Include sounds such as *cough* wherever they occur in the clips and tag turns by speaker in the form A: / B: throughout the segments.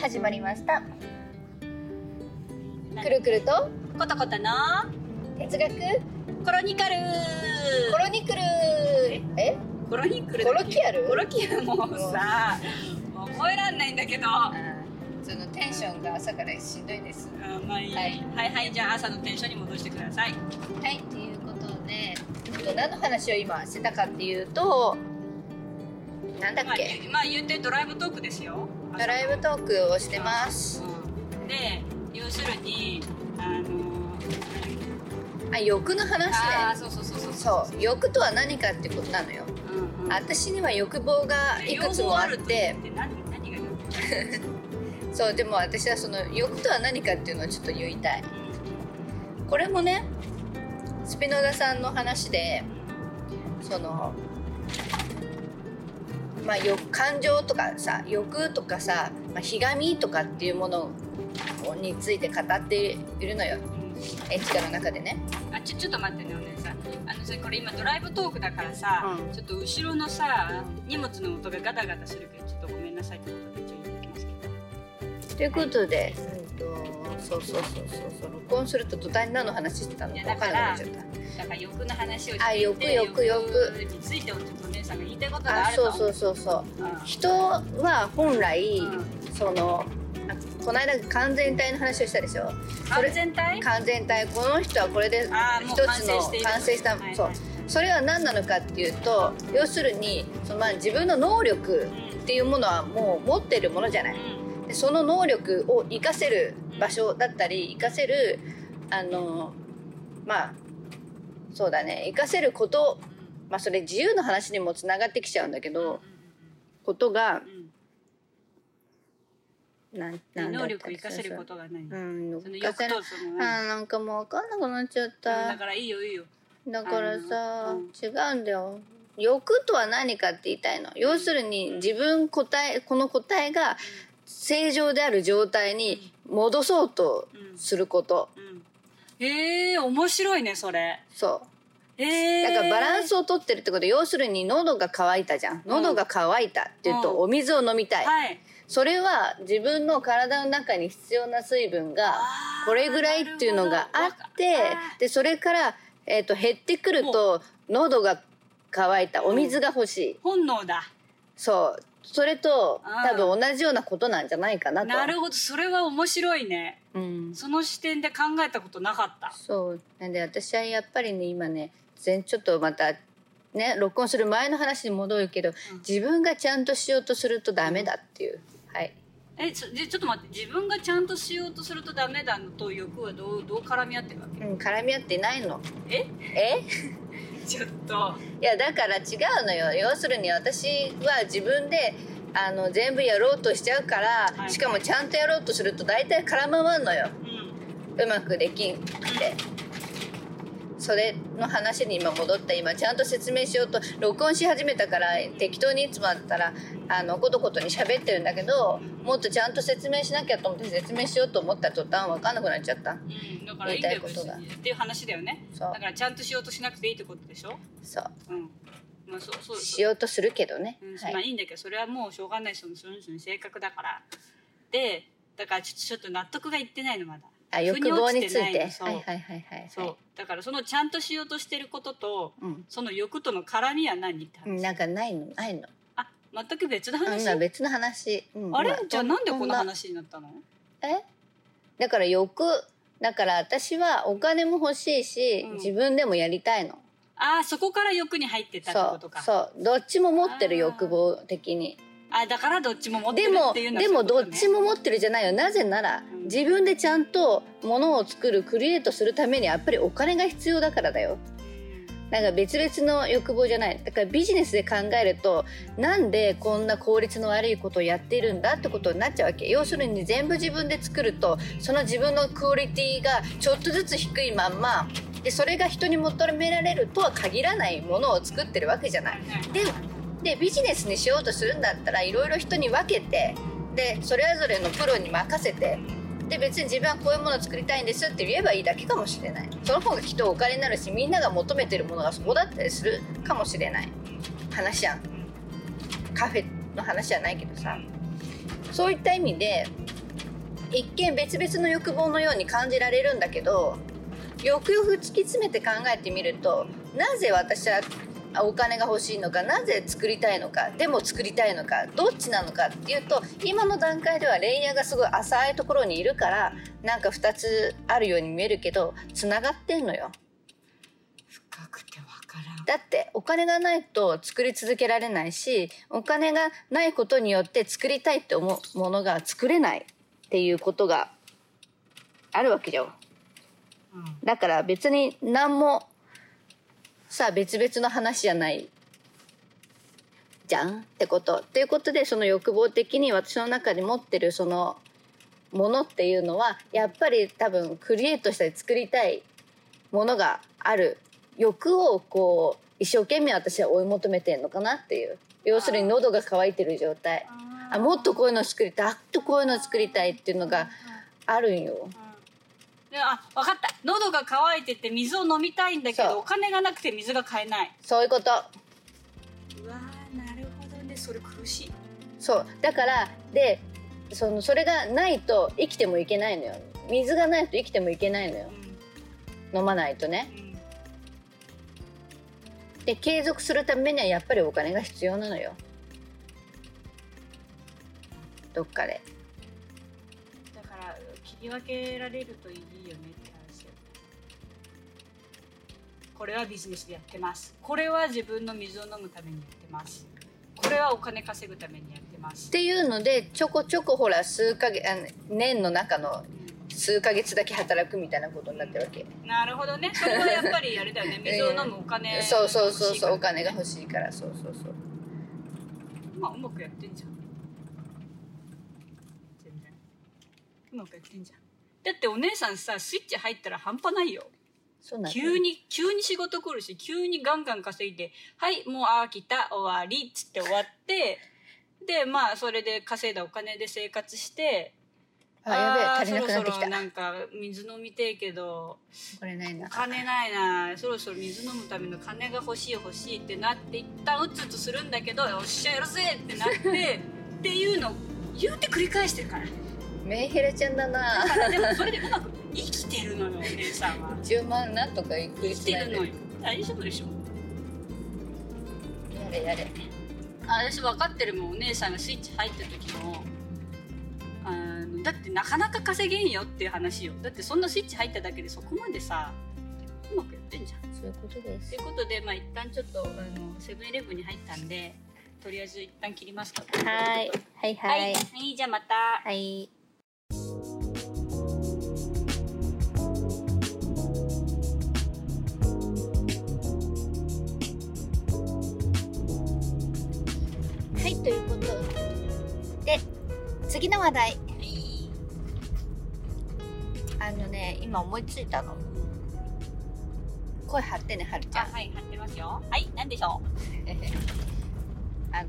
A: 始まりましたくるくると
B: コトコトの
A: 哲学
B: コロニカル
A: コロニクルえ
B: コロニクル
A: コロキアル
B: コロキアルもさもう覚えらんないんだけど
A: あーそのテンションが朝からしんどいです
B: あまあいい、
A: は
B: はいい、はいじゃあ朝のテンションに戻してください
A: はいということでえっと何の話を今してたかっていうとなんだっ
B: まあ
A: け
B: ゆまあ言ってドライブトークですよ
A: ドライブトークをしてます、
B: うんで要するにあの
A: あ欲の話
B: ああ
A: ね
B: そうそうそうそう
A: そう欲とは何かってことなのよ
B: うんうん
A: 私には欲望がいくつもあっ
B: 両方
A: て
B: って何何が良くて
A: そうでも私はその欲とは何かっていうのをちょっと言いたいこれもねスピノダさんの話でそのまあ欲感情とかさ欲とかさ、まあ、ひがみとかっていうものをについて語っているのよエチカの中でね
B: あちょちょっと待ってねお姉さんあのそれこれ今ドライブトークだからさ、
A: うん
B: ちょっと後ろのさ荷物の音がガタガタするけどちょっとごめんなさいってことで一応言っておきま
A: と
B: すけど
A: いうことで、うん、とそうそうそうそうそう録音すると途端に何の話してたのか分からなくなっちゃった
B: だから欲の話を
A: あ欲欲欲
B: についてお姉さんが言いたいことがあ
A: あ
B: ると
A: そうそうそうそう
B: うん、
A: 人は本来、
B: うん
A: そのあこの間完全体の話をしたでしょそれ
B: 完全体
A: 完全体この人はこれで
B: あーも
A: 一
B: う
A: つの
B: 完成している
A: 完成した、
B: はいはい
A: そうそれは何なのかっていうと要するにそのまあ自分の能力っていうものはもう持ってるものじゃないでその能力を活かせる場所だったり活かせるあのまあそうだね活かせること、まあ、それ自由の話にもつながってきちゃうんだけどことがなん
B: うん
A: なんだ
B: 能
A: った
B: 力
A: り
B: 生かせることがない、
A: うん
B: その
A: 活か
B: 欲
A: せな
B: とその、
A: あーなんかもう分かんなくなっちゃった
B: だからいいよいいよ
A: だからさ、
B: あのうん
A: 違うんだよ欲とは何かって言いたいの要するに自分答えこの答えが正常である状態に戻そうとすること、
B: うんええ面白いねそれ
A: そ
B: え
A: う
B: え
A: だからバランス
B: を
A: をとってるってこと要するに喉が渇いたじゃん喉が渇いたって言う
B: う
A: と
B: ん
A: お水を飲みたい、
B: はい
A: それは自分の体の中に必要な水分が
B: あー
A: これぐらいっていうのがあっ
B: なる
A: て
B: ほど
A: でそれから、えー、と減ってくると喉が渇いたお水が欲しい、
B: 本能だ
A: そうそれと
B: あー
A: 多分同じようなことなんじゃないかなと
B: なるほどそれは面白いね
A: うん、
B: その視点で考えたことなかった
A: そうなんで私はやっぱりね今ね全ちょっとまたね録音する前の話に戻るけど、自分がちゃんとしようとするとダメだっていう、はい
B: えちょでちょっと待って自分がちゃんとしようとするとダメだのと欲はどうどう絡み合ってるわけ
A: うん、絡み合ってないの
B: え *laughs*
A: え
B: ちょっと
A: いやだから違うのよ要するに私は自分であの全部やろうとしちゃうから、
B: はい
A: しかもちゃんとやろうとすると大体空回んのよ
B: うん
A: うまくできんくてそれの話に今戻った今ちゃんと説明しようと録音し始めたから適当にいつもあったらあのことことに喋ってるんだけどもっとちゃんと説明しなきゃと思って説明しようと思った途端分かんなくなっちゃった
B: うん、だからいいんだよ
A: 言いたいことが
B: 別にっていう話だよね
A: そう
B: だからちゃんとしようとしなくていいってことでしょ
A: そう
B: うんまあそうそう
A: しようとするけどね
B: うん、
A: は
B: まあ
A: い
B: いいんだけどそれはもうしょうがないそのその人の性格だからでだからちょっとちょっと納得がいってないのまだ
A: あ
B: 腑
A: 欲
B: に
A: 望
B: 落
A: に
B: ち
A: ついてはいはい
B: なのそう、
A: はいはいはい
B: そうだからそのちゃんとしようとしてることと
A: うん
B: その欲との絡みは何って話、
A: うんなんかないのないの
B: あ全く別の
A: あん
B: 話、
A: な別の話、うん
B: あ
A: ま
B: れじゃあなんでこの
A: な
B: 話になったの
A: えだから欲だから私はお金も欲しいし、
B: うん
A: 自分でもやりたいの
B: ああそこから欲に入ってたって
A: そ
B: こと
A: う
B: か
A: そうどっちも持ってる
B: あー
A: 欲望的に
B: あだからどっちも持って
A: で
B: る
A: も
B: っていうのは
A: でも
B: そう
A: ど
B: い
A: っ
B: うことね
A: ちも持ってるじゃないよなぜなら、
B: うん
A: 自分でちゃんと物を作るクリエイトするためにやっぱりお金が必要だからだよなんか別々の欲望じゃないだからビジネスで考えるとなんでこんな効率の悪いことをやっているんだってことになっちゃうわけ要するに全部自分で作るとその自分のクオリティがちょっとずつ低いまんまでそれが人に求められるとは限らないものを作ってるわけじゃない。ででビジネスにしようとするんだったらいろいろ人に分けてでそれぞれのプロに任せてで別に自分はこういうものを作りたいんですって言えばいいだけかもしれないその方がきっとお金になるしみんなが求めてるものがそこだったりするかもしれない話やんカフェの話じゃないけどさそういった意味で一見別々の欲望のように感じられるんだけどよくよく突き詰めて考えてみるとなぜ私はお金が欲しいのかなぜ作りたいのかでも作りたいのかどっちなのかっていうと今の段階ではレイヤーがすごい浅いところにいるからなんか2つあるように見えるけどつながってんのよ。
B: 深くてわからん
A: だってお金がないと作り続けられないしお金がないことによって作りたいって思うものが作れないっていうことがあるわけじゃん。
B: うん
A: だから別に何もさ別々の話じゃないじゃんってこと。ということでその欲望的に私の中で持ってるそのものっていうのはやっぱり多分クリエイトしたり作りたいものがある欲をこう一生懸命私は追い求めてんのかなっていう要するに喉が渇いてる状態あもっとこういうの作りたいあっとこういうの作りたいっていうのがあるんよ。
B: うんであ分かった喉が渇いてて水を飲みたいんだけ
A: そう
B: どお金がなくて水が買えない
A: そういうこと
B: うわーなるほどねそれ苦しい
A: そうだからでそのそれがないと生きてもいけないのよ水がないと生きてもいけないのよ飲まないとね
B: うん
A: で継続するためにはやっぱりお金が必要なのよどっかで
B: だから切り分けられるといいよねって話よこれはビジネスでやってますこれは自分の水を飲むためにやってますこれはお金稼ぐためにやってます
A: っ、ていうのでちょこちょこほら数ヶ月あ年の中の
B: う
A: 数ヶ月だけ働くみたいなことになってるわけ、
B: んなるほどねそれはやっぱりあれだ
A: *laughs*
B: よね水を飲むお金
A: そうそうそうそうお
B: 欲し
A: 金
B: いからね
A: が欲しいからそうそうそう
B: まあうまくやってんじゃん全然うまくやってんじゃんだってお姉さんさスイッチ入ったら半端ないよ
A: そうなんだ
B: 急に急に仕事来るし急にガンガン稼いで「はいもう飽きた終わり」っつって終わ
A: *laughs*
B: ってでまあそれで稼いだお金で生活して
A: あや
B: ー
A: べえ足りなくなってき
B: そろそ
A: た
B: ろなんか水飲みてえけど
A: これないな
B: お金ないなそろそろ水飲むための金が欲しい欲しいってなって一旦うつうつするんだけど「よっしゃやるぜ!」ってなって
A: *laughs*
B: っていうのを言うて繰り返してるから
A: メンヘラちゃんだな
B: だからでもそれでうまく生きてるのよお姉
A: *laughs*
B: さんは。
A: 10万なんとかいくり
B: 生き
A: して
B: て
A: ない
B: る
A: で
B: のよ大丈夫でしょ
A: やれやれ
B: あ私分かってるもんお姉さんがスイッチ入った時もあのだってなかなか稼げんよっていう話よだってそんなスイッチ入っただけでそこまでさうまくやってんじゃん
A: そういうことです
B: ということでまあ一旦ちょっとあのセブンイレブンに入ったんでとりあえず一旦切りますか
A: はいはい
B: は、
A: はい
B: はいいじゃあまた、
A: はいはいということで次の話題あのね今思いついたの声張ってねはるち
B: あ
A: ゃん
B: はい貼ってますよはい何でしょ
A: あの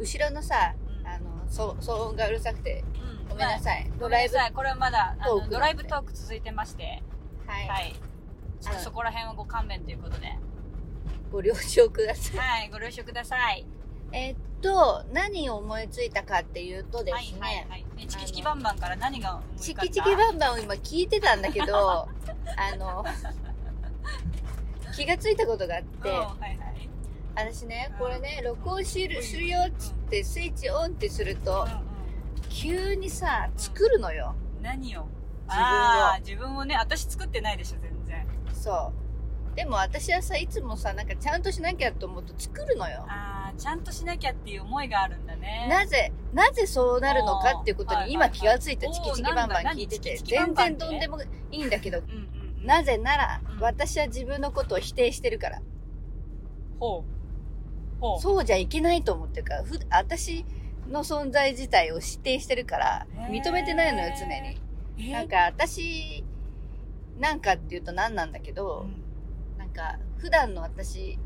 A: 後ろのさ
B: う、うん
A: あのそ騒音がうるさくて
B: うん
A: ごめんな
B: まあ
A: さい、
B: ご
A: ド
B: めん
A: ライ
B: な
A: ブ
B: さいこれはまだあ
A: トー
B: の
A: ク
B: ドライブトーク続いてまして
A: はい、
B: はいちょっと
A: あの
B: そこら辺はご勘弁ということで
A: ご了承ください
B: はいご了承ください
A: えっと何を思いついたかっていうとですね、
B: はいはいはい、ねチキチキバンバンから何が思い
A: チ
B: 浮かんだ
A: キチキバンバンを今聞いてたんだけど
B: *laughs*
A: あの気がついたことがあって、
B: うんはいはい
A: 私ねこれね録音し
B: うん
A: るするよっつってスイッチオンってすると
B: うん
A: 急にさ作るのよ
B: うん、何
A: 自分
B: を
A: を
B: ああ自分をね私作ってないでしょ全然
A: そうでも私はさいつもさなんかちゃんとしなきゃと思うと作るのよ
B: ああちゃんとしなきゃっていう思いがあるんだね
A: なぜ、なぜそうなるのかっていうこと
B: おー
A: に今気がつい
B: は
A: た
B: い
A: チ
B: は
A: キ
B: いはい
A: チキバンバン
B: おー
A: 聞いてて、
B: なんだ何チキチキバン
A: 全
B: バン
A: 然
B: って
A: どうでもいいんだけど、
B: うんうんうん
A: なぜなら
B: うん
A: 私は自分のことを否定してるから、
B: ほうほう
A: そうじゃいけないと思ってるから、ふ私の存在自体を否定してるから
B: へ、ー
A: 認めてないのよ、常に。
B: えー
A: なんか私、なんかっていうと何なんだけ
B: う
A: ど、
B: ん
A: なんか普段の私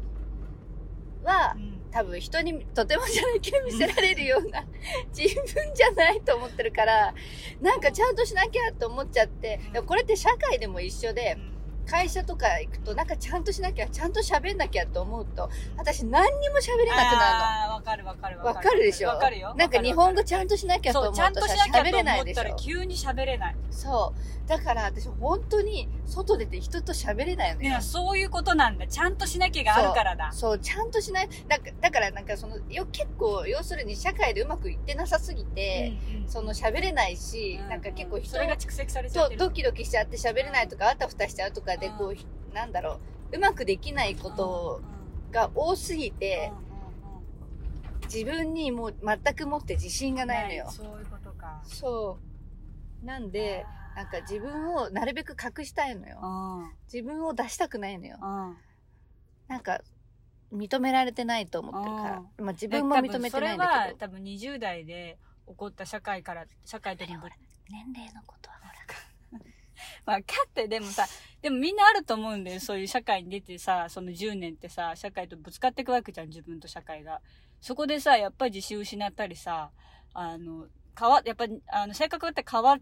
A: は
B: う、ん
A: 多分人にとてもじゃないけど見せられるような自分じゃないと思ってるからなんかちゃんとしなきゃと思っちゃってでもこれって社会でも一緒で
B: うん
A: 会社とか行くとなんかちゃんとしなきゃちゃんと喋んなきゃと思うと私何にも喋れなくなる
B: あーわかるわかる
A: のわかるでしょ
B: わかるよ
A: なんか日本語ちゃんとしなきゃと思
B: そう
A: う
B: ちゃんと
A: と
B: し
A: さ
B: なきゃ
A: 喋
B: と
A: れな
B: 思
A: い
B: っ
A: でした
B: ら
A: ょ
B: 急に喋れない
A: そうだから私本当に外出て人と喋れないのよ
B: ねそういうことなんだちゃんとしなきゃがあるからだ
A: そうちゃんとしないなんかだからなんかそのよ結構要するに社会でうまくいってなさすぎて、
B: うんうん
A: その喋れないし、
B: う
A: なんか結構人
B: それが蓄積されちゃっ
A: と
B: てる
A: ドキドキしちゃって喋れないとかあたふたしちゃうとかでこう、なんだろううまくできないことが多すぎて、自分にもう全くもって自信がないのよ、
B: そういうことか
A: そうなんでなんか自分をなるべく隠したいのよ
B: うん
A: 自分を出したくないのよ
B: うん
A: なんか認められてないと思ってるから、まあ、自分も
B: え多
A: 認
B: 分
A: め
B: そ
A: て
B: れ
A: ないんだ
B: は
A: けど
B: 多分20代で起こった社会から社会とのぶつ
A: 年齢のことはほら
B: *laughs* 分かってでもさでもみんなあると思うんだよそういう社会に出てさその10年ってさ社会とぶつかっていくわけじゃん自分と社会がそこでさやっぱり自信失ったりさあの変わやっぱりあの性格って変わ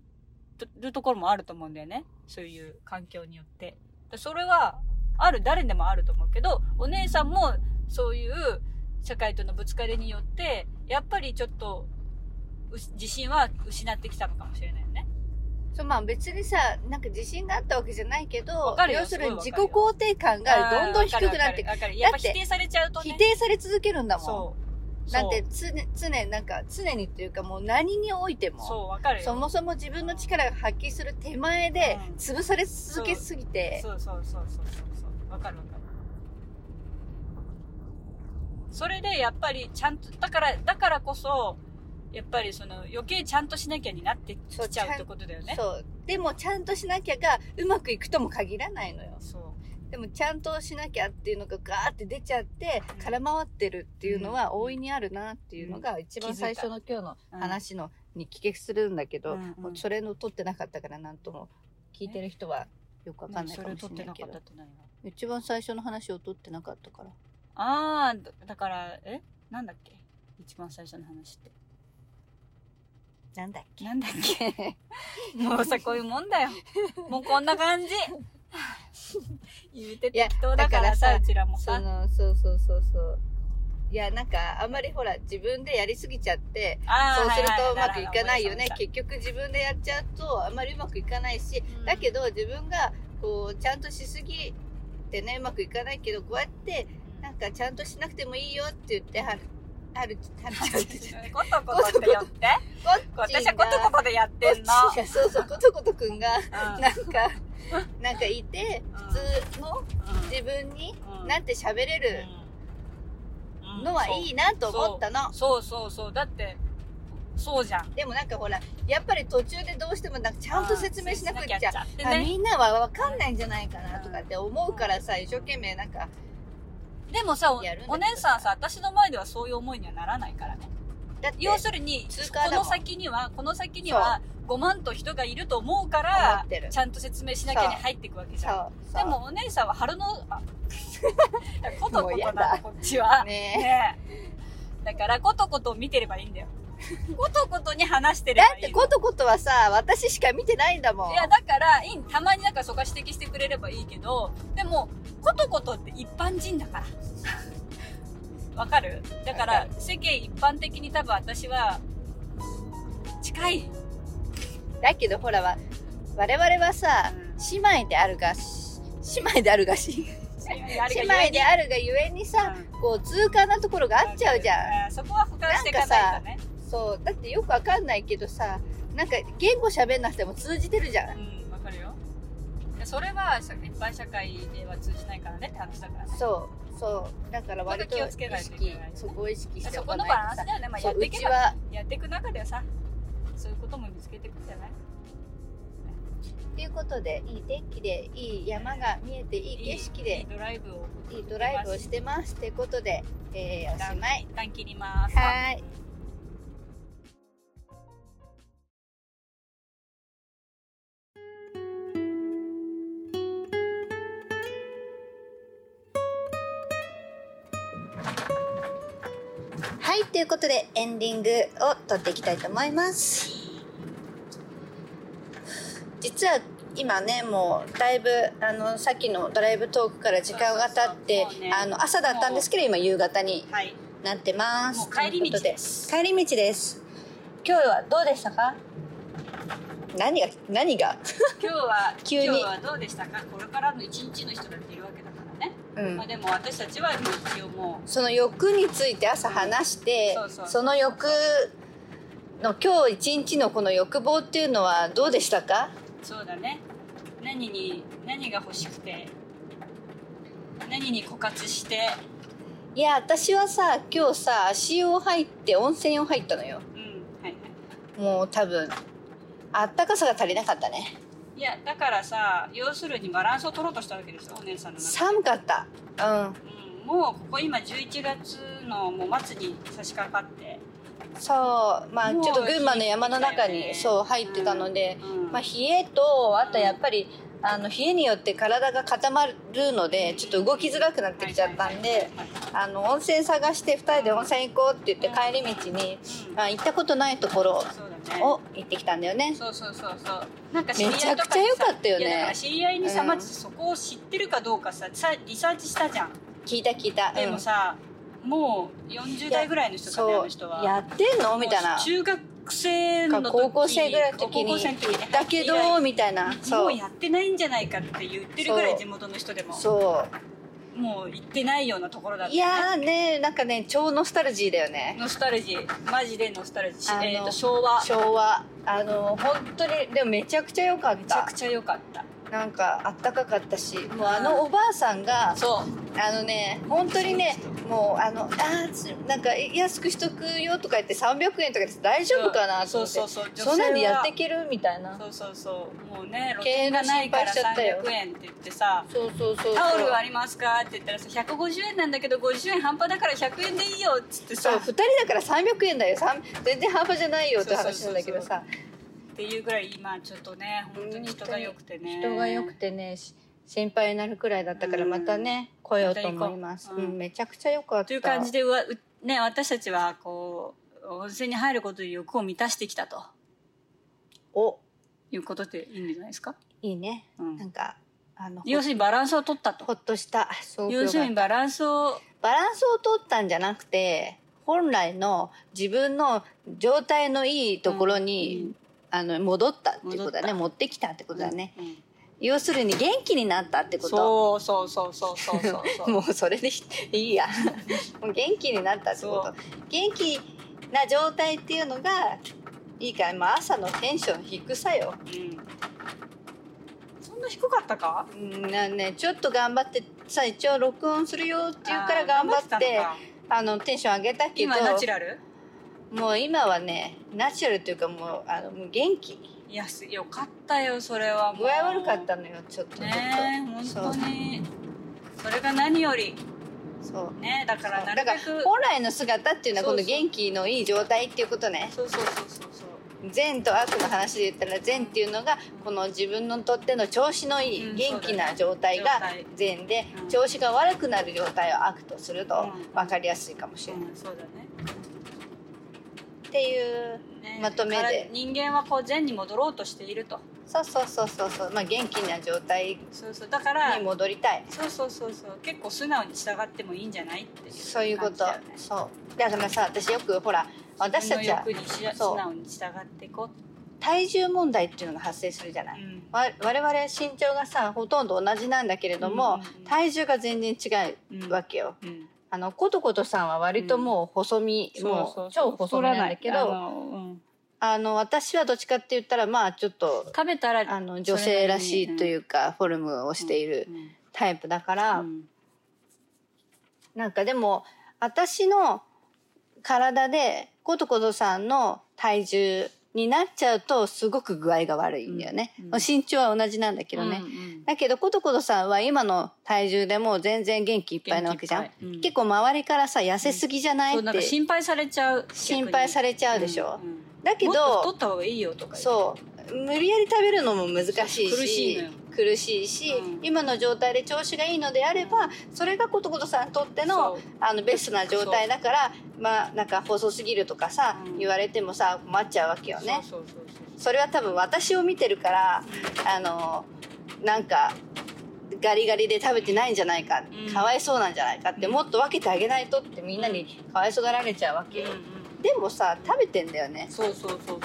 B: るところもあると思うんだよねそういう環境によってでそれはある誰でもあると思うけどお姉さんもそういう社会とのぶつかりによってやっぱりちょっとう自信は失ってきたのかもしれないよね
A: そうまあ別にさなんか自信があったわけじゃないけど
B: かるよ
A: 要するに
B: す
A: 自己
B: ごいわかる
A: 肯定
B: よ
A: 感がどんどん低くなって
B: あーわかるわかるわかるやっぱ否定されちゃうとね
A: 否定され続けるんだも
B: そう。
A: んだって
B: そう
A: 常常なんか常にっていうかもう何においても
B: そう、わかるよ。
A: そもそも自分の力が発揮する手前で
B: うん
A: 潰され続けすぎて、
B: そうそうそうそうそうそう。わかるわかる。それでやっぱりちゃんと、だから、だからこそ、やっぱりその余計ちゃんとしなきゃになってきちゃうってことだよね。
A: そうでもちゃんとしなきゃがうまくいくとも限らないのよ
B: そう。
A: でもちゃんとしなきゃっていうのがガーって出ちゃって
B: うん
A: 空回ってるっていうの
B: う
A: は
B: ん
A: 大いにあるなっていうのが一
B: 気づ
A: 番
B: いた
A: 最初の今日の話のに帰結するんだけど、
B: うんうん
A: もうそれの取ってなかったからなんとも聞いてる人はよくわかんないかもしれないけ
B: それ取ってなかった
A: ど
B: って何が
A: 一番最初の話を取ってなかったから
B: ああ、だだから、えなんだっけ一番最初の話って。
A: なんだっ *laughs*
B: なんだっけもうさ、こういうもんだよ。もうこんな感じ。言うて
A: いや
B: 適当だから
A: だか
B: さ、
A: らさ
B: うちらも
A: そ
B: さ。
A: のそうそうそうそういやなんかあんまりほら自分でやりすぎちゃって
B: あー
A: そうする
B: は
A: とう
B: は
A: まくいかないよね
B: は
A: 結局自分でやっちゃうとあんまりうまくいかないし
B: うん
A: だけど自分がこうちゃんとしすぎてねうまくいかないけどこうやってなんかちゃんとしなくてもいいよって言ってはるはるはるちゃんって言っちゃっ
B: ことことってやって。
A: た
B: *laughs* 私はことことでやってんの。
A: こっちがそうそうことことくんが
B: うん
A: なん
B: *laughs*
A: かなんかいて普通の
B: うん
A: 自分に
B: うん
A: なんて喋れる
B: うん
A: のはいいなと思ったの。
B: そうそうそうそう。だって、そうじゃん。
A: でもなんかほらやっぱり途中でどうしてもなんかちゃんと説明しなくっちゃ
B: うん説明しなきゃって
A: あ
B: ね。
A: みんなは分かんないんじゃないかなとかって思うからさ一生懸命なんか
B: でもさ、お
A: やるんだけど
B: お姉さんさ、私の前ではそういう思いにはならないからね。
A: だって
B: 要するに
A: 通過
B: こ
A: だも
B: の
A: ん
B: 先にはこの先には5万と人がいると思うか
A: 思
B: ら
A: ってる
B: ちゃんと説明しなきゃに入っていくわけじ
A: そう
B: ゃん
A: そう
B: でもお姉さんは春の
A: *laughs*
B: あことこ
A: もう
B: と
A: や
B: な
A: だ
B: のこっちはね
A: ね
B: えだからことことを見てればいいんだよことことに話して
A: え
B: れ
A: だ
B: ばい
A: っ
B: い
A: てことことはさ私しか見てないんだもん
B: いやだからいいたまになんかそこは指摘してくれればいいけどでもことことって一般人だから *laughs* わかるだか
A: わから
B: 世間一般的に多分私は近い
A: だけどほらわ我々はさ
B: うん
A: 姉妹であるがし姉妹であるがし姉妹であるがゆえにさこう痛感なところがあっちゃうじゃん
B: ん。そこは保管していかないとね。
A: そうだってよくわかんないけどさなんか言語喋んなくても通じてるじゃん
B: うん、わかるよ。でそれは社一般社会では通じないからねって話だからね。
A: そうそうだから割と
B: そこ
A: 意
B: が気をつけないとい
A: 識
B: けないね
A: そこを意識して
B: そ
A: お
B: こ
A: か
B: の
A: ない
B: バラン
A: とさ
B: スだよね。まあ、や
A: そ
B: っ
A: う
B: て
A: う
B: い
A: ち
B: けば、
A: は
B: やっていく中ではさ、そういうことも見つけていくんじゃない
A: ということでいい天気でいい山が見えていい景色
B: いい
A: で
B: ドライブを。
A: いいドライブをしてますということで、えー、おしまい
B: 一旦切ります。
A: はーいはい、ということでエンディングを撮っていきたいと思います。実は今ねもうだいぶあのさっきのドライブトークから時間が経って
B: そうそうそうもうね
A: あの朝だったんですけど今夕方に
B: はい
A: なってます
B: もう帰り道です
A: ということで帰り道です今日はどうでしたか何が何が
B: 今日は
A: *laughs* 急に
B: 今日はどうでしたかこれからの一日の人だっているわけだからね、
A: うん
B: まあ、でも私たちはもう一応も
A: その欲について朝話して、
B: うんそうそう
A: その欲の今日一日のこの欲望っていうのはどうでしたか
B: うそうだね何に何が欲しくて何に枯渇して
A: いや私はさ今日さ足湯を入って温泉を入ったのよ
B: うんはいはい
A: もう多分あったかさが足りなかったね
B: いやだからさ要するにバランスを取ろうとしたわけですよお姉さんの中で
A: 寒かったうん
B: うん、もうここ今11月のもう末に差し掛かって、
A: そうまあ
B: もう
A: ちょっと群馬の山の中に、
B: 冷えてきたよね
A: そう入ってたので、
B: うん
A: まあ、冷えとあとやっぱりあの冷えによって体が固まるのでちょっと動きづらくなってきちゃったんで
B: はいはいはい
A: あの温泉探して2人で温泉行こうって言って帰り道に、
B: うん
A: まあ、行ったことないところ
B: そうだね
A: を行ってきたんだよね
B: そうそうそうそうなんか
A: めちゃくちゃ良かったよね
B: いやだから知り合いにさ、
A: うん
B: まずそこを知ってるかどうかささリサーチしたじゃん、
A: 聞いた聞いた、
B: でもさもう40代ぐらいの人かねあ
A: そ
B: の人は
A: うやってんのみたいな
B: 中学生の時
A: 高校生ぐらいの時
B: 高校
A: に
B: 生の時に
A: だけ
B: 以
A: ど
B: 来
A: みたいな
B: も
A: そうう
B: やってないんじゃないかって言ってるぐらい
A: そう
B: 地元の人でも
A: そう
B: もう行ってないようなところだった
A: いやーねなんかね超ノスタルジーだよね
B: ノスタルジーマジでノスタルジ
A: あ
B: ー、
A: の
B: えー、と昭和め
A: 昭和あの本当にでもめちゃくちゃ良かっ
B: ちゃ
A: た
B: くちゃ良かった
A: なんかあったかかったしもうあのおばあさんが
B: そう
A: あのね本当にねもうあのあーつなんかえ安くしとくよとか言って300円とかで大丈夫かなと
B: そ
A: 思
B: う
A: って
B: そうそう女性
A: そ
B: は
A: んなんでやっていけるみたいな
B: そうそうそうもうね露
A: 経
B: 店
A: 営
B: が
A: の
B: ない
A: 心
B: か
A: 配
B: ら
A: しちゃったよ
B: 300円って言ってさ
A: そうそうそうそう
B: タオルありますかって言ったらさ150円なんだけど50円半端だから100円でいいよっつって
A: そ
B: さ
A: う2
B: っ
A: 人だから300円だよさん全然半端じゃないよって話なんだけどさ
B: ていうぐらい今ちょっとね本当に人が良くてね
A: 人が良くてねし心配になるくらいだったから
B: うん
A: またね、来ようと思います、
B: ま
A: う
B: た行こうん
A: めちゃくちゃ良かった
B: という感じでうわうね私たちはこう温泉に入ることで欲を満たしてきたと
A: お
B: いうことでいいんじゃないですか、
A: いいね、
B: うん
A: なんかあのほ
B: 要するにバランスを取ったと
A: ほっとしたすごく良かっ
B: 要
A: た
B: するにバランスを
A: バランスを取ったんじゃなくて本来の自分の状態のいいところに、あの戻ったってことだ
B: 戻
A: ね
B: った
A: 持ってきたってことだね、
B: うんうん
A: 要するに元気になったってこと
B: そうそうそうそうそうそうそ
A: *laughs*
B: う
A: もうそれでいい
B: *laughs*
A: やもう元気になったってこ
B: そ
A: と
B: う
A: 元気な状態っていうのがいいから、まあ、朝のテンション低さよ、
B: うんそんな低かったか
A: うんなね、ちょっと頑張ってさ一応録音するよっていうから
B: あー
A: 頑張って
B: たのか
A: あのテンション上げたけど
B: 今ナチュラル
A: もう今はねナチュラルというかもうあのもう元気
B: いやすよかったよそれはもう
A: 具合悪かったのよちょっとちょっと
B: ねえ本
A: そう
B: 当にそれが何より
A: そう
B: ねだからな
A: だ
B: る
A: から
B: べく
A: 本来の姿っていうのは
B: そ
A: こ
B: う
A: の
B: そう
A: 元気のいい状態っていうことね
B: そうそうそうそうそう
A: 善と悪の話で言ったら善っていうのがこの自分のとっての調子のいい
B: うん
A: 元気な状態
B: そう
A: が
B: だね
A: 善で
B: うん
A: 調子が悪くなる状態を悪とすると
B: うん
A: 分かりやすいかもしれない
B: うんそうだね
A: っていう
B: ね
A: まとめで
B: だから人間はこう善に戻ろうとしていると
A: そうそうそうそうそうまあ元気な状態に
B: そうそうだから
A: 戻りたい
B: そうそうそうそう結構素直に従ってもいいんじゃないっていう
A: そういうこと、
B: 感じだよね
A: そうだからさ私よくほら私たちは
B: 自分の欲にし
A: そう
B: 素直に従っていこ
A: 体重問題っていうのが発生するじゃな
B: う、
A: い、
B: ん
A: わ我々身長がさほとんど同じなんだけれども、
B: うん
A: 体重が全然違うわけよ、
B: うん、
A: あのコトコトさんは割ともう細身、もう超細身なんだけ
B: 太ら
A: ど
B: ないあのうん
A: あの私はどっちかって言ったらまあちょっと
B: 食べたら
A: あの女性らしいといううかフォルムをしている
B: ん
A: タイプだから、
B: うん
A: なんかでも私の体でコトコトさんの体重になっちゃうとすごく具合が悪いんだよね、
B: うんうん
A: 身長は同じなんだけどね、
B: うん
A: だけどコトコトさんは今の体重でもう全然元気いっぱいなわけじゃん
B: 元気いっぱいうん
A: 結構周りからさ痩せすぎじゃない
B: そう
A: っ
B: なんか
A: て
B: 心配されちゃう
A: 心配さ
B: れ
A: れちゃうでしょ、だけ
B: もっと太
A: ど
B: った方がいいよとか言って
A: そう無理やり食べるのも難しいし
B: 苦しいのよ
A: 苦しいし、
B: うん
A: 今の状態で調子がいいのであればそれがコトコトさんにとっての
B: そう
A: あのベストな状態だからまあなんか細すぎるとかさ、
B: うん
A: 言われてもさ困っちゃうわけよね
B: そうそうそうそう
A: それは多分私を見てるからあのなんかガリガリで食べてないんじゃないか、
B: うん
A: かわいそうなんじゃないかってもっと分けてあげないとってみんなにかわいそうがられちゃうわけよ、でもさ食べてんだよね
B: そうそうそうそうそう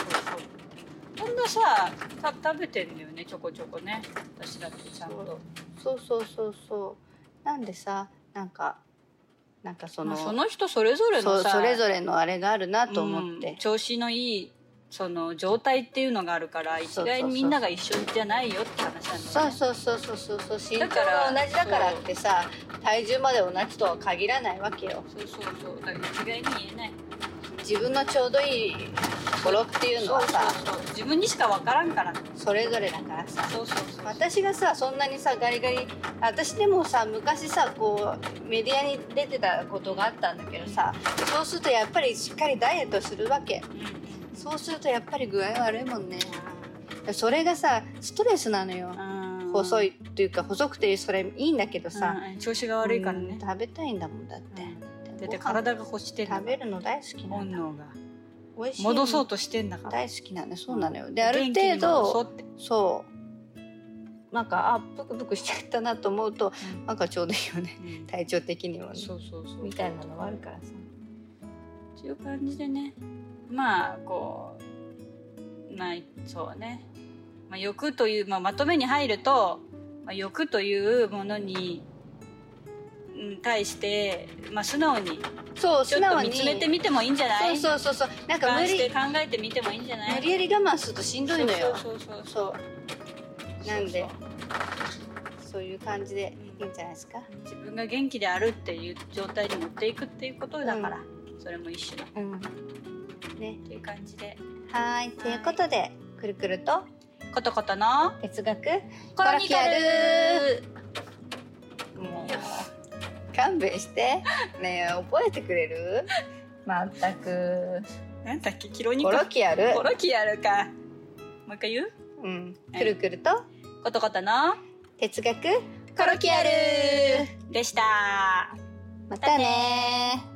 B: こんなさた食べてんだよねちょこちょこね私だってちゃんと
A: そうそうそうそうなんでさなんかなんかその,
B: まあ
A: そう、
B: その人それぞれの
A: そ
B: さ
A: れぞれのあれがあるなと思っ
B: う
A: て
B: ん、調子のいいその状態っていうのがあるから一
A: そうそう
B: 概にみんなが一緒じゃないよって話なんだよね
A: そうそうそうそうそうそう身長
B: だか
A: が
B: ら
A: 同じだからってさ体重まで同じとは限らないわけよ
B: そうそうそうだから一概に言えない
A: 自分のちょうどいいところっていうのはさ
B: そうそうそう自分にしか分からんからね
A: それぞれだからさ
B: そうそうそう
A: 私がさそんなにさガリガリ私でもさ昔さこうメディアに出てたことがあったんだけどさそうするとやっぱりしっかりダイエットするわけ
B: うん
A: そうするとやっぱり具合悪いもんねそれがさストレスなのよ
B: うん
A: 細いっていうか細くてそれいいんだけどさ、
B: うん調子が悪いから
A: う
B: ね
A: ん食べたいんだもんだって、
B: うんだって体が欲してんだ
A: 食べるの大好きな
B: 本
A: んだ
B: 能が
A: 美味しい
B: 戻そうとしてんだから
A: 大好きなのそうなのよである
B: 元気に
A: 程
B: 戻そ
A: 度
B: うっ
A: そう
B: て
A: なんかあブクブクしちゃったなと思うとなんかちょうどいいよね *laughs*
B: うん
A: 体調的にもね
B: そうそうそう
A: みたいなのはあるからさ
B: っていう感じでねまあこうまあそうね、まあ、欲という、まあ、まとめに入ると、まあ、欲というものにうん対して、まあ、素直に
A: そう
B: ち
A: 素
B: ょっと
A: 直
B: 見
A: に
B: つめてみてもいいんじゃな
A: そう
B: い
A: そうそうそうなん
B: 俯
A: か無
B: 瞰して
A: 理
B: 考えてみてもいいんじゃない
A: 無理やり我慢するとしんどいのよ
B: そうそうそう
A: そう
B: そう
A: なんで
B: そう
A: そういう感じでいいんじゃないですか
B: そう自分が元気であるっていう状態に持っていくっていうことだから、それも一種だっ
A: うんね
B: ていう感じで
A: はーいということでくるくると
B: ことことの
A: 哲学
B: コロニカル
A: もう勘弁してねえ覚えてくれるまったく
B: なんだっけキロニ
A: コ
B: カ
A: ロキアル
B: *laughs* コロキアルかもう一回言う
A: うんくるくると
B: ことことの
A: 哲学コロキアル
B: でした
A: またねー